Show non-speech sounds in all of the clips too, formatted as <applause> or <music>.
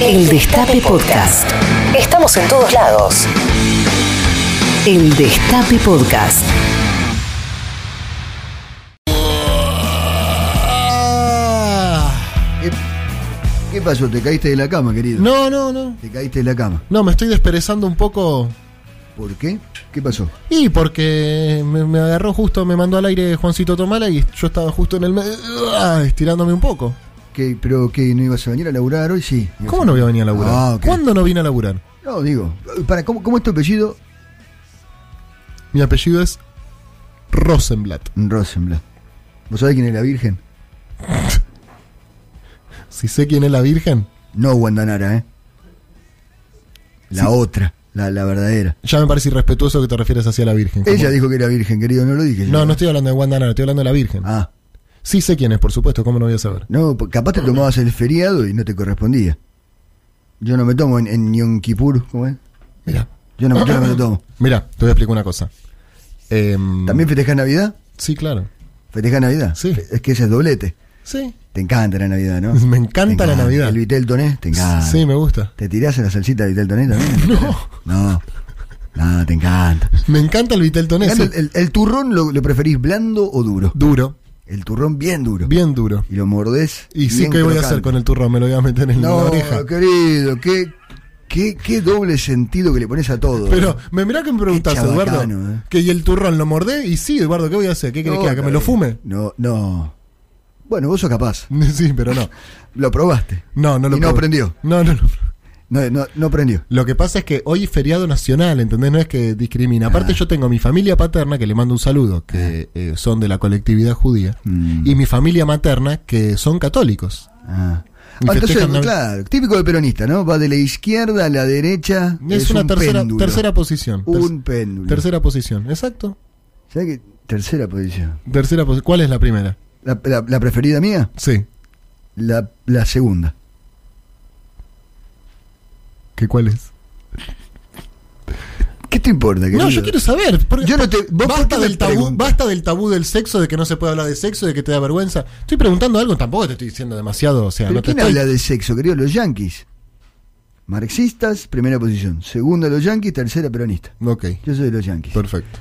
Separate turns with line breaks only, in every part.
El Destape Podcast. Estamos en todos lados. El Destape Podcast.
Ah.
¿Qué, qué pasó? ¿Te caíste de la cama, querido?
No, no, no.
Te caíste de la cama.
No, me estoy desperezando un poco.
¿Por qué? ¿Qué pasó?
Y porque me, me agarró justo, me mandó al aire Juancito Tomala y yo estaba justo en el medio, ah, estirándome un poco.
¿Qué, ¿Pero que no ibas a venir a laburar hoy? Sí. ibas
¿Cómo no voy a venir a laburar?
Ah, ok.
¿Cuándo no vine a laburar?
No, digo. Para, ¿cómo, ¿Cómo es tu apellido?
Mi apellido es Rosenblatt.
Rosenblatt. ¿Vos sabés quién es la Virgen?
Si sé quién es la Virgen,
No Guandanara, ¿eh? La otra, la, la verdadera.
ya me parece irrespetuoso que te refieres hacia la Virgen. ¿Cómo?
Ella dijo que era virgen, querido, no lo dije yo.
No, no estoy hablando de Wanda Nara, estoy hablando de la Virgen.
Ah,
Sí sé quién es, por supuesto, ¿cómo no voy a saber?
no, p- capaz te tomabas el feriado y no te correspondía. Yo no me tomo en, en Yom Kippur, ¿cómo es?
Mira,
Yo no, yo no me
<coughs>
lo tomo.
mira, te voy a explicar una cosa. Em,
¿También festejas Navidad?
Sí, claro.
¿Festejas Navidad?
Sí.
Fe- Es que ese es doblete.
Sí,
Te encanta la Navidad, ¿no?
<laughs> Me encanta
Te
la Navidad.
El Vitel Toné, te encanta.
sí, me gusta.
¿Te tirás a la salsita de Vitel Toné también?
<laughs> No.
No. No, te encanta.
Me encanta el vitel
Te
toné,
encanta
sí.
el, el- el turrón lo, lo preferís blando o duro?
Duro,
El turrón bien duro.
bien duro.
Y lo mordés.
Y sí,
bien
¿qué voy a
crocante.
hacer con el turrón? Me lo voy a meter en la
No,
oreja.
querido, qué, qué, qué doble sentido que le pones a todo.
Pero me mirá que me preguntás,
Qué
Eduardo.
chabacano, eh.
Que y el turrón lo mordé y sí, Eduardo, ¿qué voy a hacer? ¿Qué
No,
crees que haga? ¿Que me
está
lo fume?
bien.
<laughs>
No, no. Bueno, vos sos capaz.
Sí, pero no.
Lo probaste.
No, no lo
Y no
probé.
aprendió.
No, no, no.
No, no, no aprendió.
Lo que pasa es que hoy es feriado nacional, ¿entendés? No es que discrimina.
Ah.
Aparte, yo tengo mi familia paterna, que le mando un saludo, que eh, son de la colectividad judía,
Mm.
y mi familia materna, que son católicos.
Ah.
Y
Ah, entonces,
festejan la-
claro, típico de peronista, ¿no? Va de la izquierda a la derecha.
Es, una
un
tercera,
péndulo.
tercera posición. Ter-
Un péndulo.
tercera posición, exacto.
¿Sabés qué? Tercera posición.
Tercera posi- ¿Cuál es la primera?
La, la- la preferida mía,
Sí.
la, la segunda.
¿Qué cuál es?
¿Qué te importa, querido?
No, yo quiero saber. porque-
Yo no te- vos, ¿por qué
basta,
me
del tabú,
preguntas?
basta del tabú del sexo, de que no se puede hablar de sexo, de que te da vergüenza. Estoy preguntando algo, tampoco te estoy diciendo demasiado. O sea,
¿Pero
no te
quién
estoy.
habla de sexo, querido? Los yanquis. Marxistas, primera posición. Segunda, los yanquis. Tercera, peronista.
Ok,
Yo soy de los yanquis.
perfecto.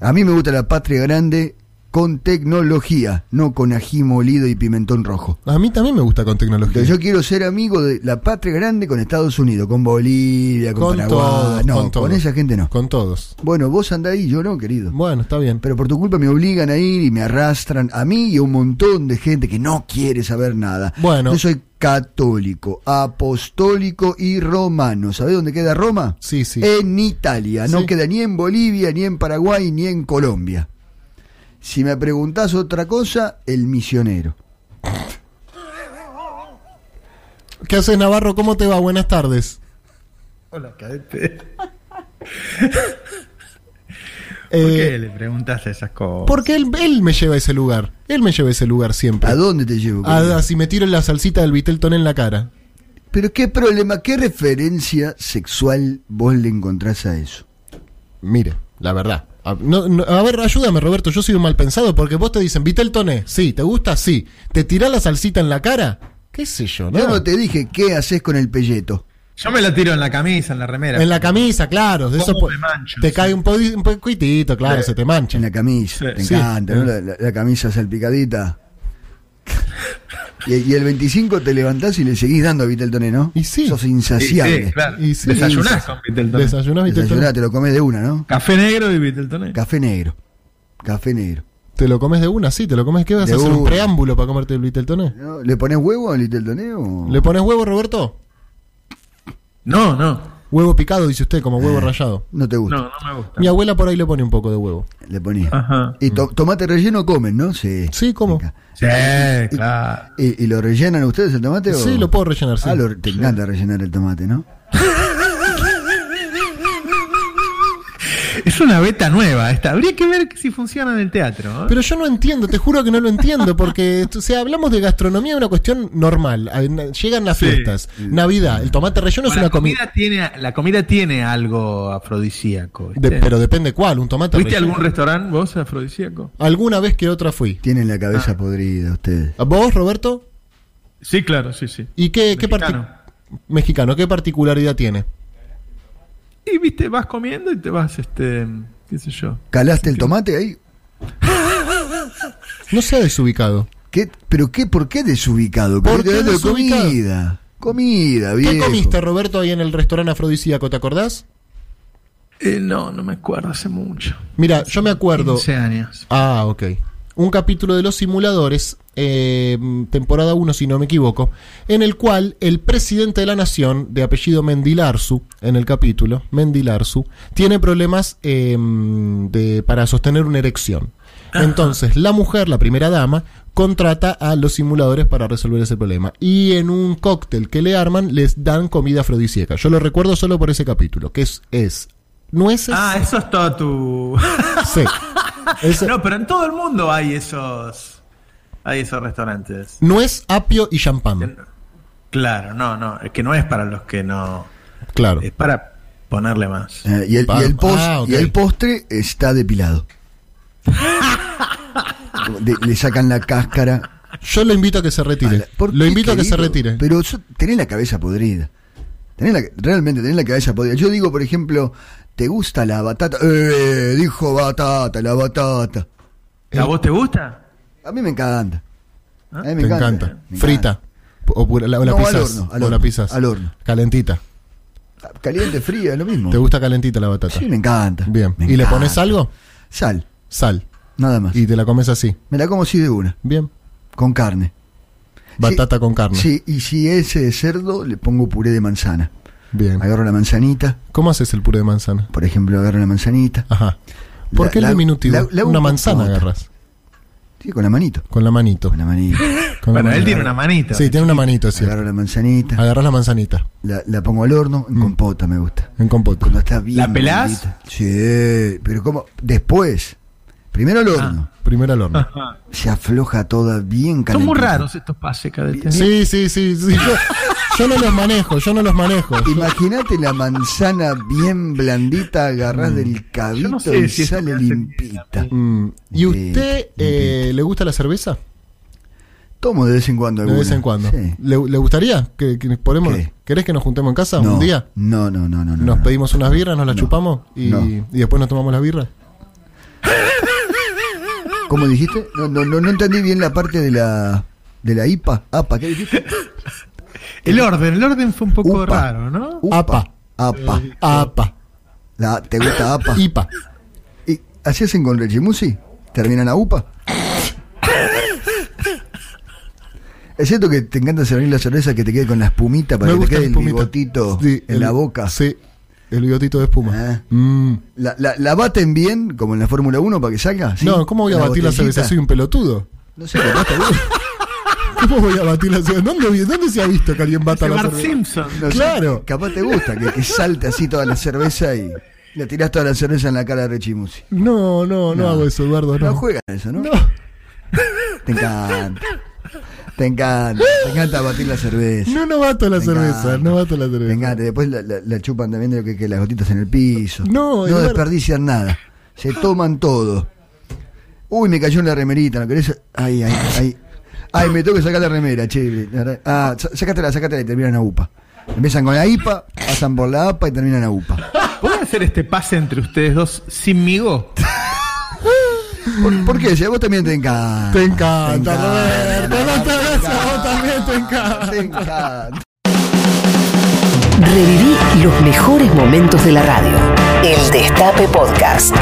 A mí me gusta la patria grande con tecnología, no con ají molido y pimentón rojo.
A mí también me gusta con tecnología.
Entonces yo quiero ser amigo de la patria grande con Estados Unidos, con Bolivia, con,
con
Paraguay.
todos,
no,
con,
con,
todos.
esa gente no.
Con todos.
Bueno, vos andá ahí, yo no, querido.
Bueno, está bien.
Pero por tu culpa me obligan a ir y me arrastran a mí y a un montón de gente que no quiere saber nada.
Bueno.
Yo soy católico, apostólico y romano. ¿Sabés dónde queda Roma?
Sí, sí.
En Italia. No
Sí.
queda ni en Bolivia, ni en Paraguay, ni en Colombia. Si me preguntás otra cosa, el misionero.
¿Qué haces, Navarro? ¿Cómo te va? Buenas tardes.
Hola,
<laughs>
cadete. ¿Por
Eh,
qué le preguntas esas cosas?
porque él, él me lleva a ese lugar. Él me lleva a ese lugar siempre.
¿A dónde te llevo? querido?
A- a si me tiro la salsita del Vitelton en la cara.
Pero qué problema, qué referencia sexual vos le encontrás a eso.
Mire, la verdad. A, no- no- a ver, ayúdame, Roberto. Yo soy un mal pensado porque vos te dicen, Vitel Toné, sí, ¿te gusta? Sí. ¿Te tirás la salsita en la cara? ¿Qué sé yo, no?
Yo no te dije qué haces con el pelleto.
Yo me lo tiro en la camisa, en la remera.
En la camisa, claro. de
¿Cómo
eso po-
me mancho?
te
Sí.
cae un, po- un poquitito, claro, se te mancha.
En la camisa,
Sí.
te
Sí.
encanta, ¿no? La, la- la camisa salpicadita. Y, y el 25 te levantás y le seguís dando a Viteltoné, ¿no?
Y sí.
Sos
Sí,
insaciable.
sí, claro.
Y sí.
Desayunás con Viteltoné.
Desayunás Viteltoné.
Desayunás, te lo comes de una, ¿no?
Café negro y Viteltoné.
Café negro. Café negro.
Te lo comes de una, sí, te lo comes. ¿Qué vas
De
a hacer? ¿Un
una.
preámbulo para comerte el Viteltoné?
¿No? ¿Le pones huevo al Viteltoné o...?
¿Le pones huevo, Roberto?
No, no.
Huevo picado, dice usted, como
Eh,
huevo rallado.
No te gusta.
No, no me gusta.
Mi abuela por ahí le pone un poco de huevo.
Le ponía.
Ajá.
Y to- tomate relleno comen, ¿no? Sí.
Sí, ¿cómo?
Venga.
Sí, claro.
¿Y, y lo rellenan ustedes el tomate? o-
Sí, lo puedo rellenar, sí.
Ah, lo- te encanta rellenar el tomate, ¿no?
Es una beta nueva esta. Habría que ver si funciona en el teatro. ¿eh?
Pero yo no entiendo, te juro que no lo entiendo, porque o sea, hablamos de gastronomía, una cuestión normal. Ah, na- Llegan las
Sí.
fiestas, Navidad, el tomate relleno es
la
una
comida,
comida.
tiene, la comida tiene algo afrodisíaco. ¿viste?
de- pero depende cuál, un tomate
¿Fuiste a
relleno.
algún restaurante vos afrodisíaco?
Alguna vez que otra fui.
Tienen la
Ah.
cabeza podrida ustedes.
¿Vos, Roberto?
Sí, claro, sí, sí.
¿Y qué, qué parti-
Mexicano.
mexicano, ¿qué particularidad tiene?
Y viste, vas comiendo y te vas, este, qué sé yo.
¿Calaste el tomate ahí?
No sea desubicado.
¿Qué? ¿Pero qué? ¿Por qué desubicado? Porque
¿Por qué
te hablo de
desubicado?
comida. Comida, bien.
¿Qué comiste, Roberto, ahí en el restaurante afrodisíaco? ¿Te acordás?
Eh, no, no me acuerdo, hace mucho.
Mira, yo me acuerdo.
15 años.
Ah, ok. Un capítulo de los simuladores, eh, temporada 1, si no me equivoco, en el cual el presidente de la nación, de apellido Mendilarzu, en el capítulo, Mendilarzu, tiene problemas eh, de- para sostener una erección. Entonces, la mujer, la primera dama, contrata a los simuladores para resolver ese problema. Y en un cóctel que le arman, les dan comida afrodisíaca. Yo lo recuerdo solo por ese capítulo, que es, es nueces.
Ah, eso es todo tu. <laughs>
Sí. Ese-
no, pero en todo el mundo hay esos. Hay esos restaurantes.
Nuez, apio y
Eh,
champán.
Claro, no, no. Es que no es para los que no.
Claro.
Es para ponerle más.
Eh, y, el, y el pos-
Ah, ok.
y el postre está
<laughs>
depilado. De- le sacan la cáscara.
Yo lo invito a que se retire.
¿Por
Lo
qué,
invito a que se
querido?
retire.
Pero yo- tenés la cabeza podrida. Tenés la- realmente tenés la cabeza podrida. Yo digo, por ejemplo, ¿te gusta la batata? Eh, dijo batata, la batata.
¿A vos te gusta?
A mí me encanta.
¿Ah?
A mí me
Te encanta.
Me
Frita. O pura- la, o la
No, al
pisás.
horno, al
o la
horno,
pisás.
al horno.
Calentita.
encanta. Caliente, fría, es lo mismo.
¿Te gusta calentita la batata?
Sí, me encanta.
Bien.
Me
¿Y le
encanta.
pones algo?
Sal,
Sal.
nada más.
Y te la comes así.
Me la como así de una,
Bien.
con carne.
Batata con carne.
Sí, y si ese de cerdo, le pongo puré de manzana.
Bien.
Agarro la manzanita,
¿Cómo haces el puré de manzana?
por ejemplo, agarro la manzanita.
Ajá. ¿Por
La-
qué el
la-
diminutivo?
la- la-
una manzana
otra.
agarras.
Sí, con la manito.
Con la manito.
Con la manito.
Con la
Bueno, él
mano.
tiene una manita.
Sí, tiene una manito, <laughs> sí. Ah.
Agarro la manzanita,
Agarras la manzanita.
la, la pongo al horno,
Mm.
en compota me gusta.
En compota.
Cuando está bien.
¿La pelás?
blandita. Sí, pero como después. Primero
Ah.
al horno.
Primero al horno.
Ajá.
Se afloja toda bien
Son
calentita.
Ah, muy raros estos pases, cadete.
Sí, sí, sí. sí. Yo, yo no los manejo, yo no los manejo.
Imagínate la manzana bien blandita, agarrás del
Mm. Yo
cabito
no sé
y
si esto
sale
me hace bien a
limpita.
mí.
Mm, ¿Y
Ok,
usted eh, le gusta la cerveza?
Tomo de vez en cuando.
De vez
alguna.
en cuando.
Sí.
¿Le, le gustaría? ¿Que, que nos ponemos-
¿Qué?
¿Querés que nos juntemos en casa
No,
un día?
No, no, no, no. no,
Nos
no.
pedimos unas birras, nos las
No.
chupamos y,
No.
y después nos tomamos las birras.
¿Cómo dijiste? No, no, no, no entendí bien la parte de la de la IPA. APA,
<laughs>
¿qué dijiste?
El orden, el orden fue un poco
Upa.
raro, ¿no?
Upa.
APA.
APA.
APA,
La, ¿Te gusta APA?
IPA.
¿Y así hacen con Rechimusi? ¿Terminan a UPA? Es cierto que te encanta servir la cerveza que te quede con la espumita
Me
para que te
gusta
quede
la
el
espumita.
bigotito
Sí,
en
el-
la boca.
Sí, el bigotito de espuma.
Ah.
Mm.
La, la- la baten bien, como en la Fórmula 1, para que salga? ¿sí?
No, ¿cómo voy a
¿La
batir la cerveza?
botellita?
Soy un pelotudo.
No sé, ¿la bata bien?
<laughs> ¿Cómo voy a batir la cerveza? ¿Dónde, vi- dónde se ha visto que alguien bata
Ese
la
Bart
cerveza?
Simpson.
No sé,
Claro.
capaz te gusta que, que salte así toda la cerveza y le tirás toda la cerveza en la cara de Rechimusi.
No, no, no, hago eso, Eduardo.
No
No,
juegan a eso, ¿no?
No.
Te encanta. Te encanta. Te encanta batir la cerveza.
No, no bato la
Te
cerveza,
encanta.
no bato la cerveza.
Te encanta. Después la, la- la chupan también de lo que, que las gotitas en el piso.
No,
No
Eduardo.
desperdician nada. Se toman todo. Uy, me cayó en la remerita, ¿no querés? Ay, ay, ay. Ay, me tengo que sacar la remera, che. La re- Ah, sa- sacátela, sacátela y terminan a UPA. Empiezan con la IPA, pasan por la APA y terminan a UPA.
¿Pueden hacer este pase entre ustedes dos sin migo?
¿Por, por qué? Si a vos también te encanta.
Te encanta, Roberto.
te
No te hagas a vos también, te encanta.
Te encanta.
Reviví los mejores momentos de la radio. El Destape Podcast.